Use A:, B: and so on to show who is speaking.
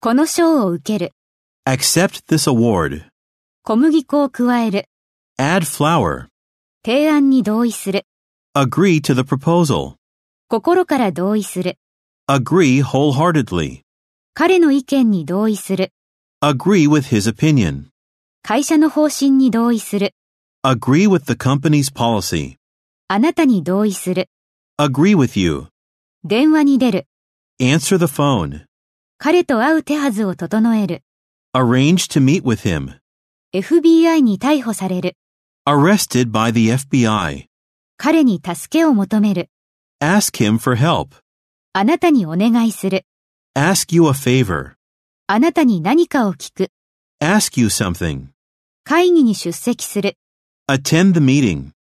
A: この賞を受ける、
B: Accept this award.
A: 小麦粉を加える、
B: Add flour.
A: 提案に同意する、
B: Agree to the proposal.
A: 心から同意する、
B: Agree wholeheartedly.
A: 彼の意見に同意する、
B: Agree with his opinion.
A: 会社の方針に同意する、
B: Agree with the company's policy.
A: あなたに同意する、
B: Agree with you.
A: 電話に出る、
B: Answer the phone.
A: 彼と会う手はずを整える、
B: Arrange to meet with him.
A: FBI に逮捕される、
B: Arrested by the FBI.
A: 彼に助けを求める、
B: Ask him for help.
A: あなたにお願いする、
B: Ask you a favor.
A: あなたに何かを聞く、
B: Ask you something.
A: 会議に出席する。
B: Attend the meeting.